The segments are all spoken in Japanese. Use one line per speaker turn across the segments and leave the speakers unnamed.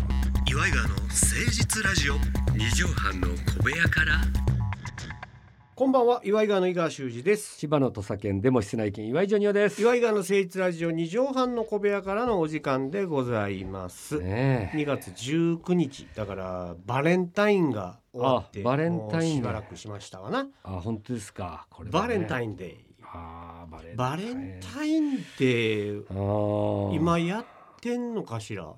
イガーの誠実ラジオ
二畳半の小部屋から
こんばんは岩井川の井川修司です
千葉の土佐県でも室内犬岩井ジョニオです
岩井川の誠実ラジオ二畳半の小部屋からのお時間でございます、
ねえ
2月19日だからバレンタインが終わって
あバレンタイ
もうし
ンデー
ばらくしましたわな
あ本当ですかこれ
バレンタ
ン
インデ
あーバレン
ーバレンタインデー
あー
今やってんのかしら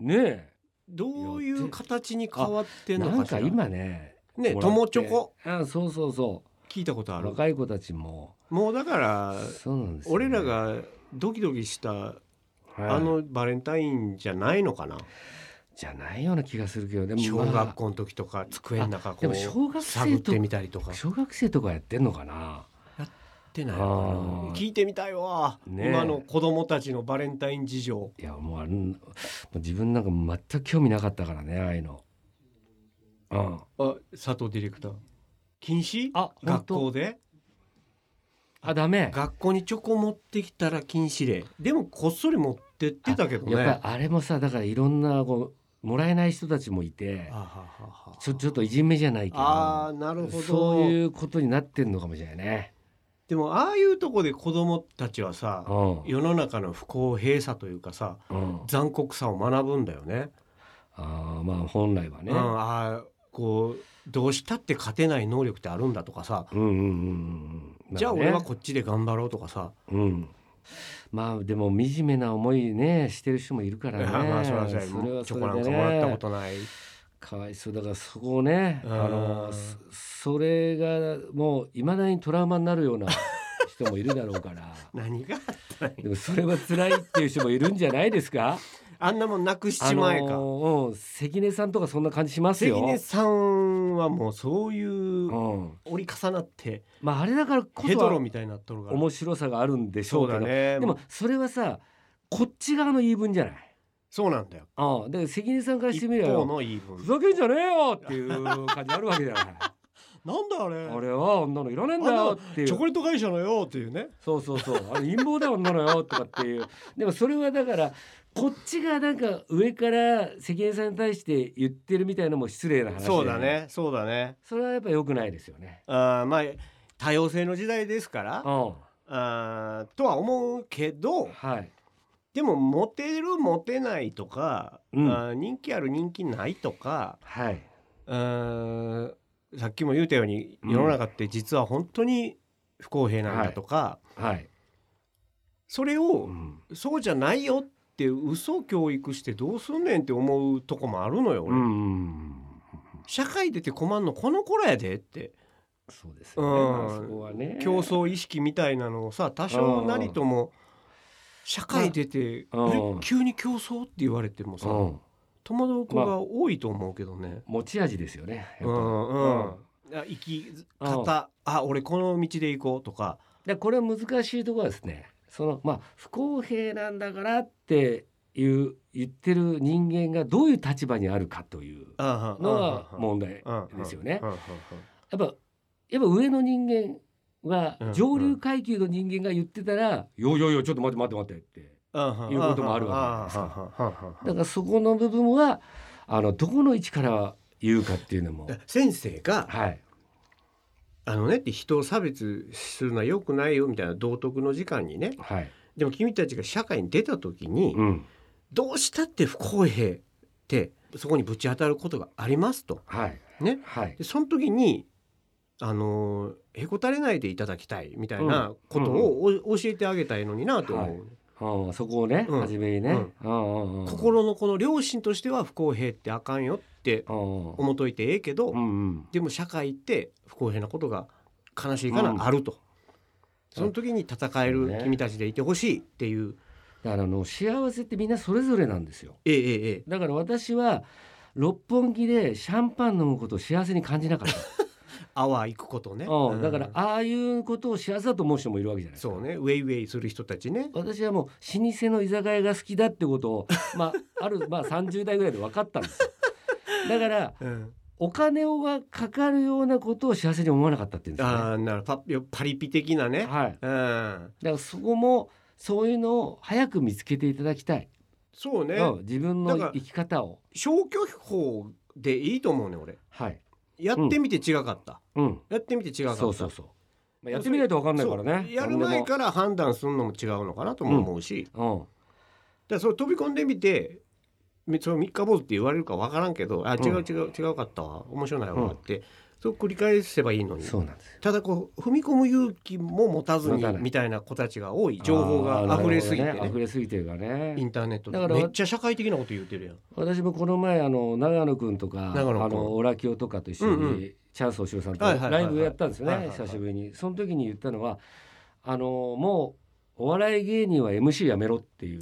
ねえ
どういう形に変わってんの
な
か
ん
しら
か今ね
ね
もらって
友チョコ
あそうそうそ
聞いたことあ
う
る
若い子たちも
もうだから
そうなんですよね
俺らがドキドキした
はい
あのバレンタインじゃないのかな
じゃないような気がするけどでも
小
まあ
学校の時とか机の中
で
こ
も
う
小学
探
生
っ
と
てみたりとか
小学生とかやってんのかな
ってないのかな
あー
聞いてみたいわ、
ねえ
今の子供たちのバレンタイン事情
いやもうあんもう自分なんか全く興味なかったからねああいうのうん
あ佐藤ディレクター禁止
あ
学
本
校
当
で
あダメ
学校にチョコ持ってきたら禁止令でもこっそり持ってってたけどね
やっぱりあれもさだからいろんなこうもらえない人たちもいて
あははは
ちょちょっといじめじゃないけ
あ
ど
ーなるほど
そういうことになってんのかもしれないね。
でもああいうとこで子供たちはさ
うん
世の中の不公平さというかさ
うん、
残酷さを学ぶんだよね。
あーまあ本来はね。
うん、あーこうどうしたって勝てない能力ってあるんだとかさ、
うんうんうんうんうん。
じゃあ
ま
俺は
ね
こっちで頑張ろうとかさ、
うん。まあでも惨めな思いねしてる人もいるから
い
ね。
やまあそれはそれチョコなんかもらったことない、
かわいそうだからそこをね
う
あ
ん
のそそれがもういまだにトラウマになるよ うな人もいるだろうから
何があ ったんや
でもそれは辛いっていう人もいるんじゃないですか
あんなもんなくしちまえか、
あのうん関根さんとかそんな感じしますよ
関根さんはもうそういうう
うん、
折り重なって
まああれだからこ
ヘドロ
そ
みたいになっとるから
面白さがあるんでしょ
そう
うけ
だ
ど
ね
でもそれはさこっち側の言い分じゃない
そうなんだよ
うんだから関根さんからし
一
てみれば
方
よ
の言い分
ふざけんじゃねえよっていう感じあるわけじ ゃない
なんだあれ
俺は女のいらねえんだよっていう
チョコレート会社のよっていうね
そうそうそうあれ陰謀だよ女のよとかっていうでもそれはだからこっちがなんか上から関根さんに対して言ってるみたいなのも失礼な話で
そうだねそうだね
それはやっぱ良くないですよね
あーまあ多様性の時代ですから
うんは
あーとは思うけど
い
でもモテるモテないとか、
うん
あー人気ある人気ないとか
はい
あーさっきも言うたように
うん
世の中って実は本当に不公平なんだとか、
はい、
それ
う
を
ん
そうじゃないよって嘘教育してどうすんねんって思うとこもあるのよ、
う
俺
ん、
社会出て困んのこの子らやでって
そうですよね、まあ
う
そ
ん
こはね
競争意識みたいなのをさ多少なりとも社会出て、
まあうん
え急に競争って言われてもさ、
うん
戸惑う子が多いと思うけどね。
持ち味ですよねやっぱ
うんうん
うん
あ行き方あ俺この道で行こうとか
でこれは難しいところはですねそのまあ不公平なんだからっていう言ってる人間がどういう立場にあるかという
あ
のは問題ですよね。
うんうん
やっぱやっぱ上の人間は
うん
上流階級の人間が言ってたら「よいよいよちょっと待って待って待って」って
うん
いうこともあるわけじゃだ
け
からそこの部分はあのどこの位置から言うかっていうのも
先生が
はい
「あのね」って人を差別するのはよくないよみたいな道徳の時間にね
はい
でも君たちが社会に出た時に
うん
どうしたって不公平ってそこにぶち当たることがありますと。
はい
ね
はい
でその時にあのーへこたれないでいただきたいみたいなことをお、教えてあげたいのになと思う、
はいうんそこをね
うん
初めにね
うん
うんうんうん
心のこの両親としては不公平ってあかんよって
うんうん
思っといてええけど、
うんうん
でも社会って不公平なことが悲しいからあると、その時に戦え
そう
る
ね
君たちでいてほしいっていう、
だからあの幸せってみんなそれぞれなんですよ
ええええええ
だから私は六本木でシャンパン飲むことを幸せに感じなかった
あわいくことね、
う
うん
ん、だからああいうことを幸せだと思う人もいるわけじゃないですか
そうねウェイウェイする人たちね
私はもう老舗の居酒屋が好きだってことを、 まあ、ある、まあ、30代ぐらいで分かったんですよだから
うん、
お金をがかかるようなことを幸せに思わなかったっていうんですよね、
ああなるパパリピ的なね、
はい、だか
うん
らそこもそういうのを早く見つけていただきたい
そうね、
うん自分
だ
の
から
生き方を
消去法でいいと思うね俺
はい
やってみて違かった、
うん
やってみて違かった
そうそうそう、まあ、やってみないと分かんないからね
そうやる前から判断するのも違うのかなとも思うし、だか
何でも
らそれ飛び込んでみてめその三日坊主って言われるか分からんけどあ
ん
違う違う、違うかったわ面白ないわって、そう繰り返せばいいの
うん
に
そうなんです
ただこう踏み込む勇気も持たず
持
に
たない
みたいな子たちが多い情報
あー
が
な
溢
るほど
れすぎて、
ね溢れすぎてるからね
インターネットで
だから
めっちゃ社会的なこと言ってるやん
私もこの前あの長野くんとか
長野くん
あのオラキオとかと一緒に、
うんう
チャンスおしおさんと
はいはいはいは
ラ
い
イブやったんですよね、
はいはいはい
久しぶりにその時に言ったのはあのもうお笑い芸人は MC やめろっ ていう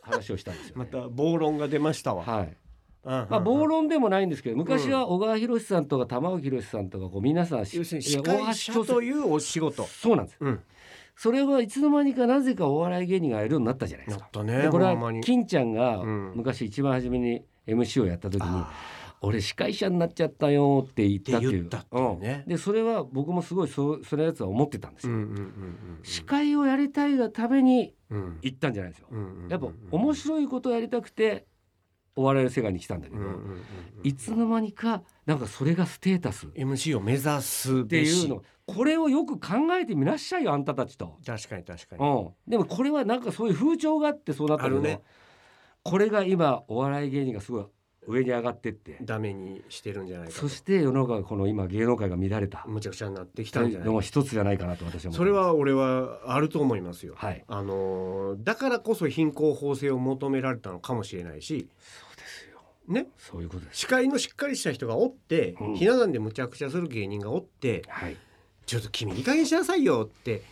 話をしたんですよ、
ま
ね、
た暴論が出ましたわ、
はい
うんうんうん
まあ暴論でもないんですけど昔は小川博さんとか玉置博さんとかこう皆さんし
要するに
いや
司
大
会
橋
者
巨泉
というお仕事
そうなんです
うん
それはいつの間にかなぜかお笑い芸人がやるようになったじゃないで
や
す
っ
か
たね
でこれ
ほんま
は
に
金ちゃんが
うん
昔一番初めに MC をやった時に
あ
俺司会者になっちゃったよって言ったってい
っ
う
て言ったっていうね
んでそれは僕もすごいそうそれやつは思ってたんです
ーうんう
よ、
んうんうんうん
司会をやりたいがために
うん
行ったんじゃないですよ、
うんうん
やっぱ面白いことをやりたくてお笑いの世界に来たんだけど、いつの間にかなんかそれがステータスっ
MC を目指す
て
べ
い
し
うのこれをよく考えてみらっしゃいよあんたたちと、
確かに確か
う
に
ん、でもこれはなんかそういう風潮があってそうなったけど、
あるね
これが今お笑い芸人がすごい上に上がってって
ダメにしてるんじゃないかと
そして世の中がこの今芸能界が乱れた
むちゃくちゃになってきたんじゃない
の
か
が一つじゃないかなと私は思って
それは俺はあると思いますよ
はい
あのーだからこそ貧困法制を求められたのかもしれないし
そうですよ
ね
そういうことです
司会のしっかりした人がおって、
うん
ひな壇でむちゃくちゃする芸人がおって
はい
ちょっと君いい加減しなさいよって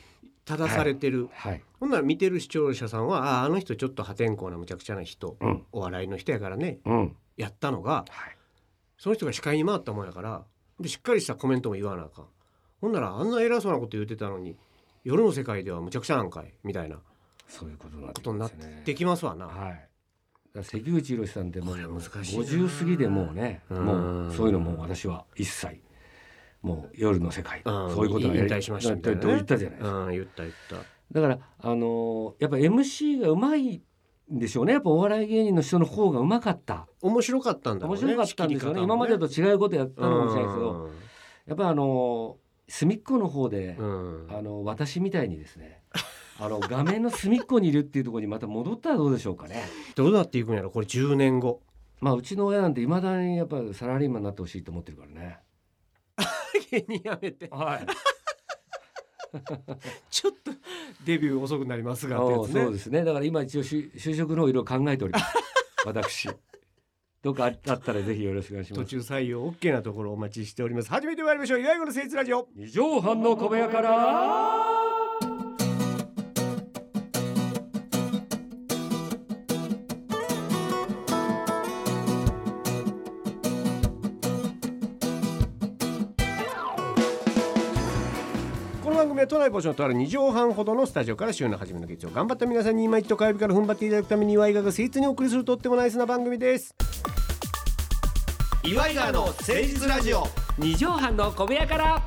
正されてる、
はい
ほんなら見てる視聴者さんはあーあの人ちょっと破天荒なむちゃくちゃな人
うん
お笑いの人やからね
うん
やったのが
はい
その人が司会に回ったもんやからでしっかりしたコメントも言わなあかんほんならあんな偉そうなこと言ってたのに夜の世界ではむちゃくちゃなんかいみたいな
そういうこと
ことに
な
な
っ
って
きますね
できますわな、
はいだから関口宏さんってもう
これ難しいな
50過ぎでもうね
うん
もうそういうのもう私は一切もう夜の世界
うん
そういうことはや
引
り
退しましたみたいな、
だ
ね、
から言ったじゃないですか
うん言った言った
だからあのーやっぱ MC がうまいんでしょうねやっぱお笑い芸人の人の方がうまかった
面白かったんだろう
面
ね
白かったんですよ
仕切り方
ね
も
今までと違うことやったのかもしれないですけど、
う
やっぱあの隅っこの方で、
んうん
あの私みたいにですねあの画面の隅っこにいるっていうところにまた戻ったらどうでしょうかね。
どうなっていくんやろこれ10年後
まあうちの親なんていまだにやっぱサラリーマンになってほしいと思ってるからね。
芸人やめて
はい。
ちょっとデビュー遅くなりますがってやつ
そう
ね
ですね。だから今一応就就職の方いろいろ考えております。私。どうかあったらぜひよろしくお願いしま
途
す。
中採用 OK なところお待ちしております初めて参りましょう岩井子の誠実ラジオ
二畳半の小部屋から。
この番組は都内某所のとある2畳半ほどのスタジオから週の初めの月曜頑張った皆さんに今一度火曜日から踏ん張っていただくために岩井川が誠実にお送りするとってもナイスな番組です岩井川の誠実ラジオ
二畳半の小部屋から。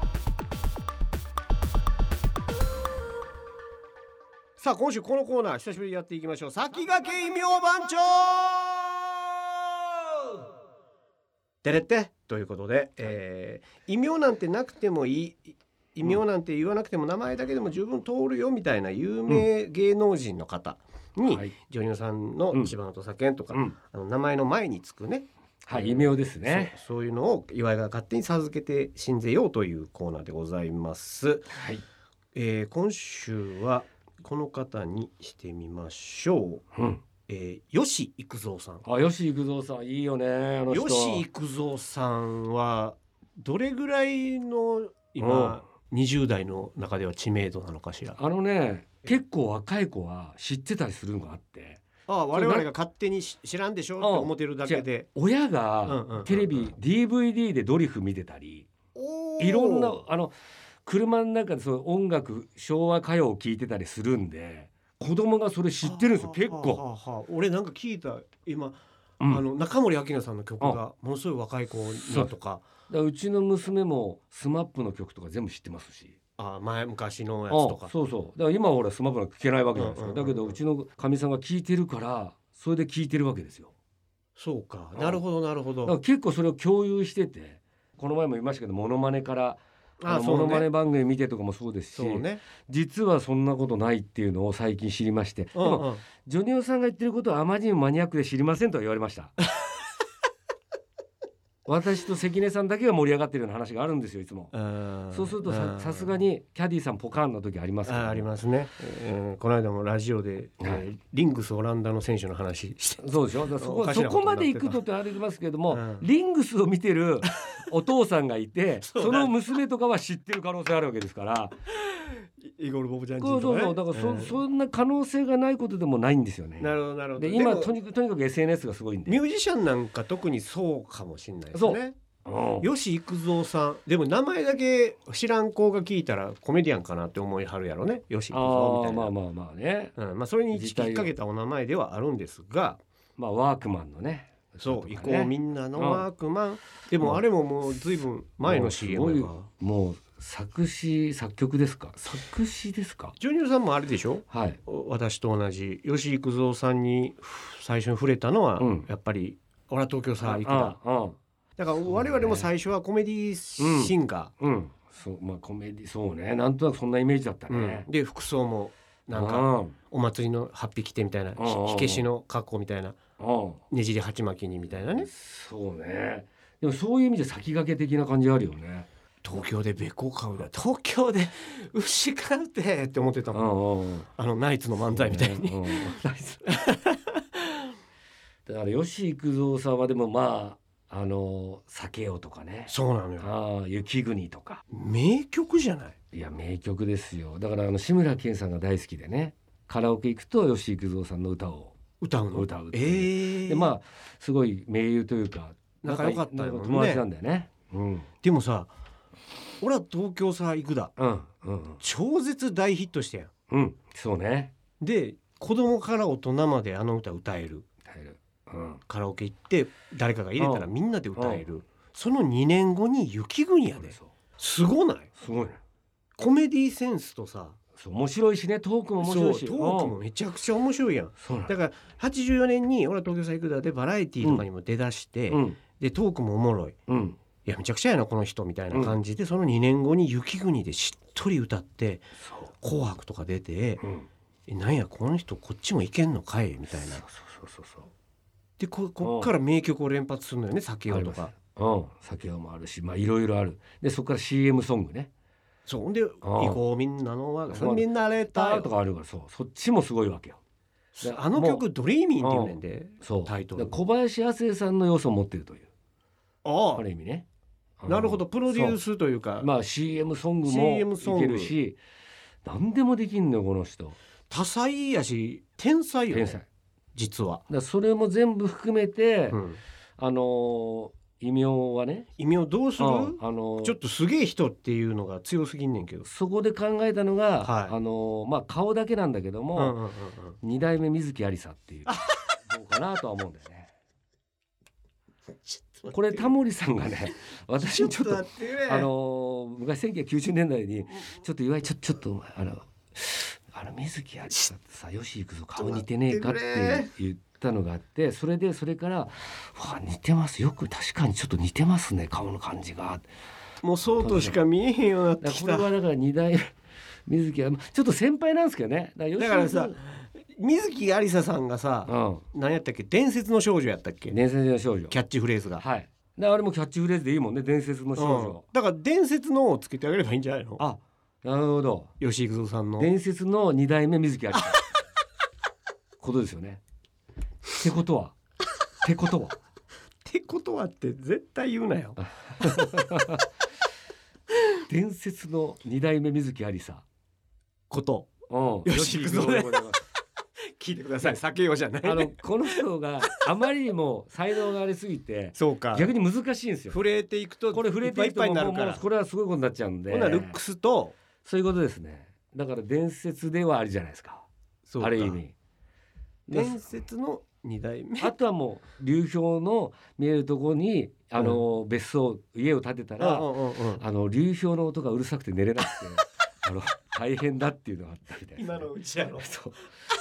さあ今週このコーナー久しぶりにやっていきましょう先駆け異名番長てれってということで、えー異名なんてなくてもいい異名なんて言わなくても名前だけでも十分通るよみたいな有名芸能人の方に、
はい。
ジョニオさん
うん
の千葉の土佐犬とか、
うん。
あの名前の前につくね
はい、異名ですね。
そうそういうのを岩井が勝手に授けて信ぜようというコーナーでございます。
はい。
えー今週はこの方にしてみましょう。
うん。
えー、吉幾三さん。
あ、吉幾三さんいいよね。あの人。
吉幾三さんはどれぐらいの今20代の中では知名度なのかしら。
あのね、結構若い子は知ってたりするのがあって、
ああ我々が勝手にし知らんでしょって思ってるだけで。
親
うんうんうんう
が
ん
テレビ DVD でドリフ見てたり、
おー
いろんなあの車の中でその音楽昭和歌謡を聞いてたりするんで、子供がそれ知ってるんですよ。結
はあ
構。
はあはあはあ俺なんか聞いた今、
うん
あの中森明菜さんの曲
うん
がものすごい若い子にとか
だからうちの娘もスマップの曲とか全部知ってますし。
あ前昔のやつと
あ
か
そうそうだから今は俺はスマブラ聞けないわけじゃないですか、
うんうんうん
だけどうちのかみさんが聞いてるからそれで聞いてるわけですよ。
そうか
うん
なるほどなるほ
だから
ど
結構それを共有しててこの前も言いましたけどモノマネからあの
そ
モノ
う
マネ
ね
番組見てとかもそうですし、
そうね
実はそんなことないっていうのを最近知りまして、
う
で
ん
も
うん
ジョニオさんが言ってることはあまりにもマニアックで知りませんとは言われました 私と関根さんだけが盛り上がってるような話があるんですよいつも、
うん
そうするとさ
ん
さすがにキャディーさんポカーンな時ありますから
あありますね、うんこの間もラジオで、えー
はい
リングスオランダの選手の話して
そうでしょだからそ
お
こ
かし
そ
なこと
こ
になっ
ま
てた
で行くとってありますけども、
うん
リングスを見 てるお父さんがいて
そ
そう
だね
の娘とかは知ってる可能性あるわけです から
イゴール・ボブジャン
そうそうそうだからそ,、そんな可能性がないことでもないんですよね。
なるほどなるほど
で今
も
とにかくとにかく SNS がすごいんで
ミ。ュージシャンなんか特にそうかもしれないですね
うん
吉幾三さんでも名前だけ知らん子が聞いたらコメディアンかなって思いはるやろね吉幾三み
あ
た
あ
いな
まあまあまあね、
うんまあ、それに引っ
自体を
掛けたお名前ではあるんですが
まあ、ワークマンのね
そう、
と
以
かね
降みんなのワークマン、でもあれももう随分前の CM が
もうもう作詞作曲ですか作詞ですか
ジョニオさんもあれでしょ
はい
私と同じ吉幾三さんにふ最初に触れたのは、
うん
やっぱり「俺は東京さ行くだ
ああ」
だから我々も最初はコメディシンガ
うんうんそうまあコメディそうねなんとなくそんなイメージだった
ー、
ね
うん、で服装もなんか
か
お祭りの八匹着てみたいなひ
うんうんうん
火消しの格好みたいな
うん
ねじり鉢巻きにみたいなね
そうねでもそういう意味で先駆け的な感じあるよね
東京でべこ買うだ東京で 牛買うてって思ってた
う
もん
んうんうん
あのナイツの漫才みたいに。
うんだから吉幾三さんはでもまああの「酒よ」とかね
そうなのよ
ああ雪国とか
名曲じゃない
いや名曲ですよだからあの志村けんさんが大好きでねカラオケ行くと吉幾三さんの歌を
歌うの
歌うって
え
いう
え
でまあすごい名優というか
仲良かったよね
友達なんだよねうん
でもさ俺は東京さ行くだ
うんうん
超絶大ヒットしてやん
うんそうね
で子供から大人まであの歌歌える
入るうん
カラオケ行って誰かが入れたら
う
みんなで歌えるその2年後に雪国や
これ
で
そう
すごない
すごいね
コメディセンスとさ
そう面白いしねトークも
そ
面白
う
い
ト
し
ークもめちゃくちゃ面白いやん
うんそうなんだ
だから84年に俺は東京さ行くだでバラエティーとかにも出だして、
うん
でトークもおもろい
うん
いやめちゃくちゃやなこの人みたいな感じで、その2年後に雪国でしっとり歌って「紅白」とか出て
そううん
「えなんやこの人こっちもいけんのかい」みたいな
そうそうそうそう
でここっから名曲を連発するのよね「酒よ」と
あ
か
そううん酒よもあるしまあいろいろあるでそこから CM ソングね
そうほんで「行こうみんなの輪が
そう
みんなれたよ」
タと
と
かあるからそうそっちもすごいわけよ
かあの曲「ドリーミン」っていうねんで
そう
タイトル
だから小林亜生さんの要素を持ってるという
あ
ある意味ね
あなるほどプロデュー
ス
スというか、
まあ CM ソングも
CM ソン
い
グ
けるし何でもできんのよこの人
多彩やし天才よ、
天才だ
ね
か、
実は。
らそれも全部含めて、
うん
あのー異名はね
異名どうする
うんあのー
ちょっとすげえ人っていうのが強すぎんねんけど。
そこで考えたのが、
はい
あのーまあ顔だけなんだけど
うんうん
も、
うんうん
二代目水木有沙っていうどうかなとは思うんだよ ねこれタモリさん がね私にちょっと
待ってくれ
あのー昔1990年代にちょっと岩井ちょちょっとお前あのあの水木有沙ってさ吉幾三顔似てねえかっ
ちょっと待って
て言ったのがあってそれでそれから「わあ似てますよく確かにちょっと似てますね顔の感じが」
もうそうとしか見えへんようになって
だか
き
ら
た
これはだから二代目水木はちょっと先輩なんですけどねだ
だからさ
吉
水木有沙さんがさ
幾三うん
何やったっけ伝説の少女やったっけ
伝説の少女
キャッチフレーズが、
はいであれもキャッチフレーズでいいもんね伝説の少
うん
女、
だから伝説のをつけてあげればいいんじゃないの
あなるほど
吉幾三さんの
伝説の二代目水木有沙 ことですよねってことはってことは
てことはって絶対言うなよ
伝説の二代目水木有沙
こと
うん
吉幾三ね
吉幾三でございます
聞いてください酒よじゃない
あのこの人があまりにも才能がありすぎて
そうか
逆に難しいんですよ
触れていくと
これ触れて
い
い
っ
くと
ぱいいっぱいにな
もう
るか
もう
ら
これはすごいことになっちゃうんで
ほなルックスと
そういうことですねだから伝説ではありじゃないですか
そうか
ある意味
伝説の二代目
あとはもう流氷の見えるところにあの、別荘家を建てたら、
うんうんうん
あの流氷の音がうるさくて寝れなくてあの大変だっていうのがあったみたいですね
今のうちやろ
そ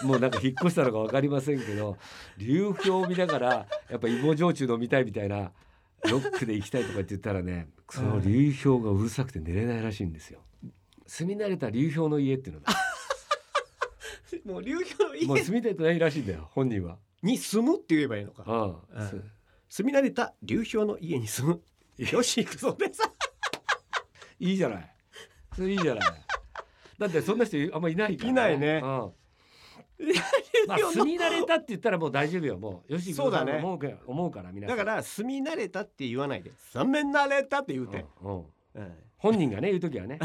うもうなんか引っ越したのか分かりませんけど流氷見ながらやっぱ芋焼酎飲みたいみたいなロックで行きたいとかって言ったらねその流氷がうるさくて寝れないらしいんですよ住み慣れた流氷の家っていう のが
もう流氷の
もう
家
住みたくないらしいんだよ本人は
に住むって言えばいいのか
ああ、
うん住み慣れた流氷の家に住むよし行くぞです
いいじゃないそれいいじゃないだってそんな人あんまいないから
いないね
うんまあ住み慣れたって言ったらもう大丈夫よもうよし
そうだね
思うから思うから皆さ
だ
ん
から住み慣れたって言わないで住め慣れたって言うて、
うんうん
うん
本人がね言う時 はね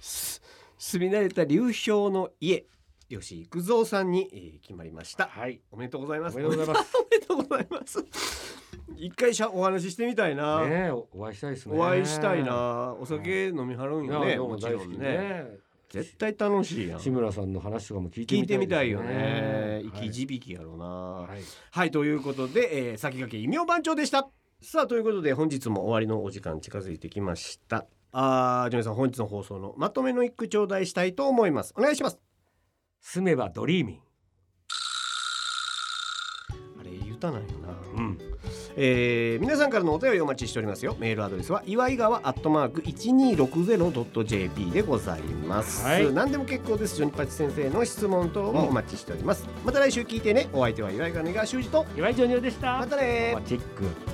す住み慣れた流氷の家吉幾三さんにえー決まりました
はい
おめでとうござい
お
ます
めでとうございます
おめでとうございます一回しゃお話ししてみたいな、
ねえおお会いしたいですね
お会いしたいなお酒飲みはるん
い
よ
や、
ね
でも
もち
大
ろ
好き
ん
で
ね
ね
絶対楽しいやん
志村さんの話とかも聞いて
聞い
みた
て
いですね
みたいよね生
は
き
い
字引やろうなはい、
はい
ということで、えー、先駆け異名番長でしたさあということで本日も終わりのお時間近づいてきましたあージョニーさん本日の放送のまとめの一句頂戴したいと思いますお願いします
住めばドリーミ
あれ言うたないよな、
ンうん
えー皆さんからのお便りお待ちしておりますよメールアドレスは祝い川アットマーク 1260.jp でございます、
はい
何でも結構ですジョニパチ先生の質問等もお待ちしております、また来週聞いてねお相手は祝い川の井川修司と
岩井ジョニオでした
またね
チェック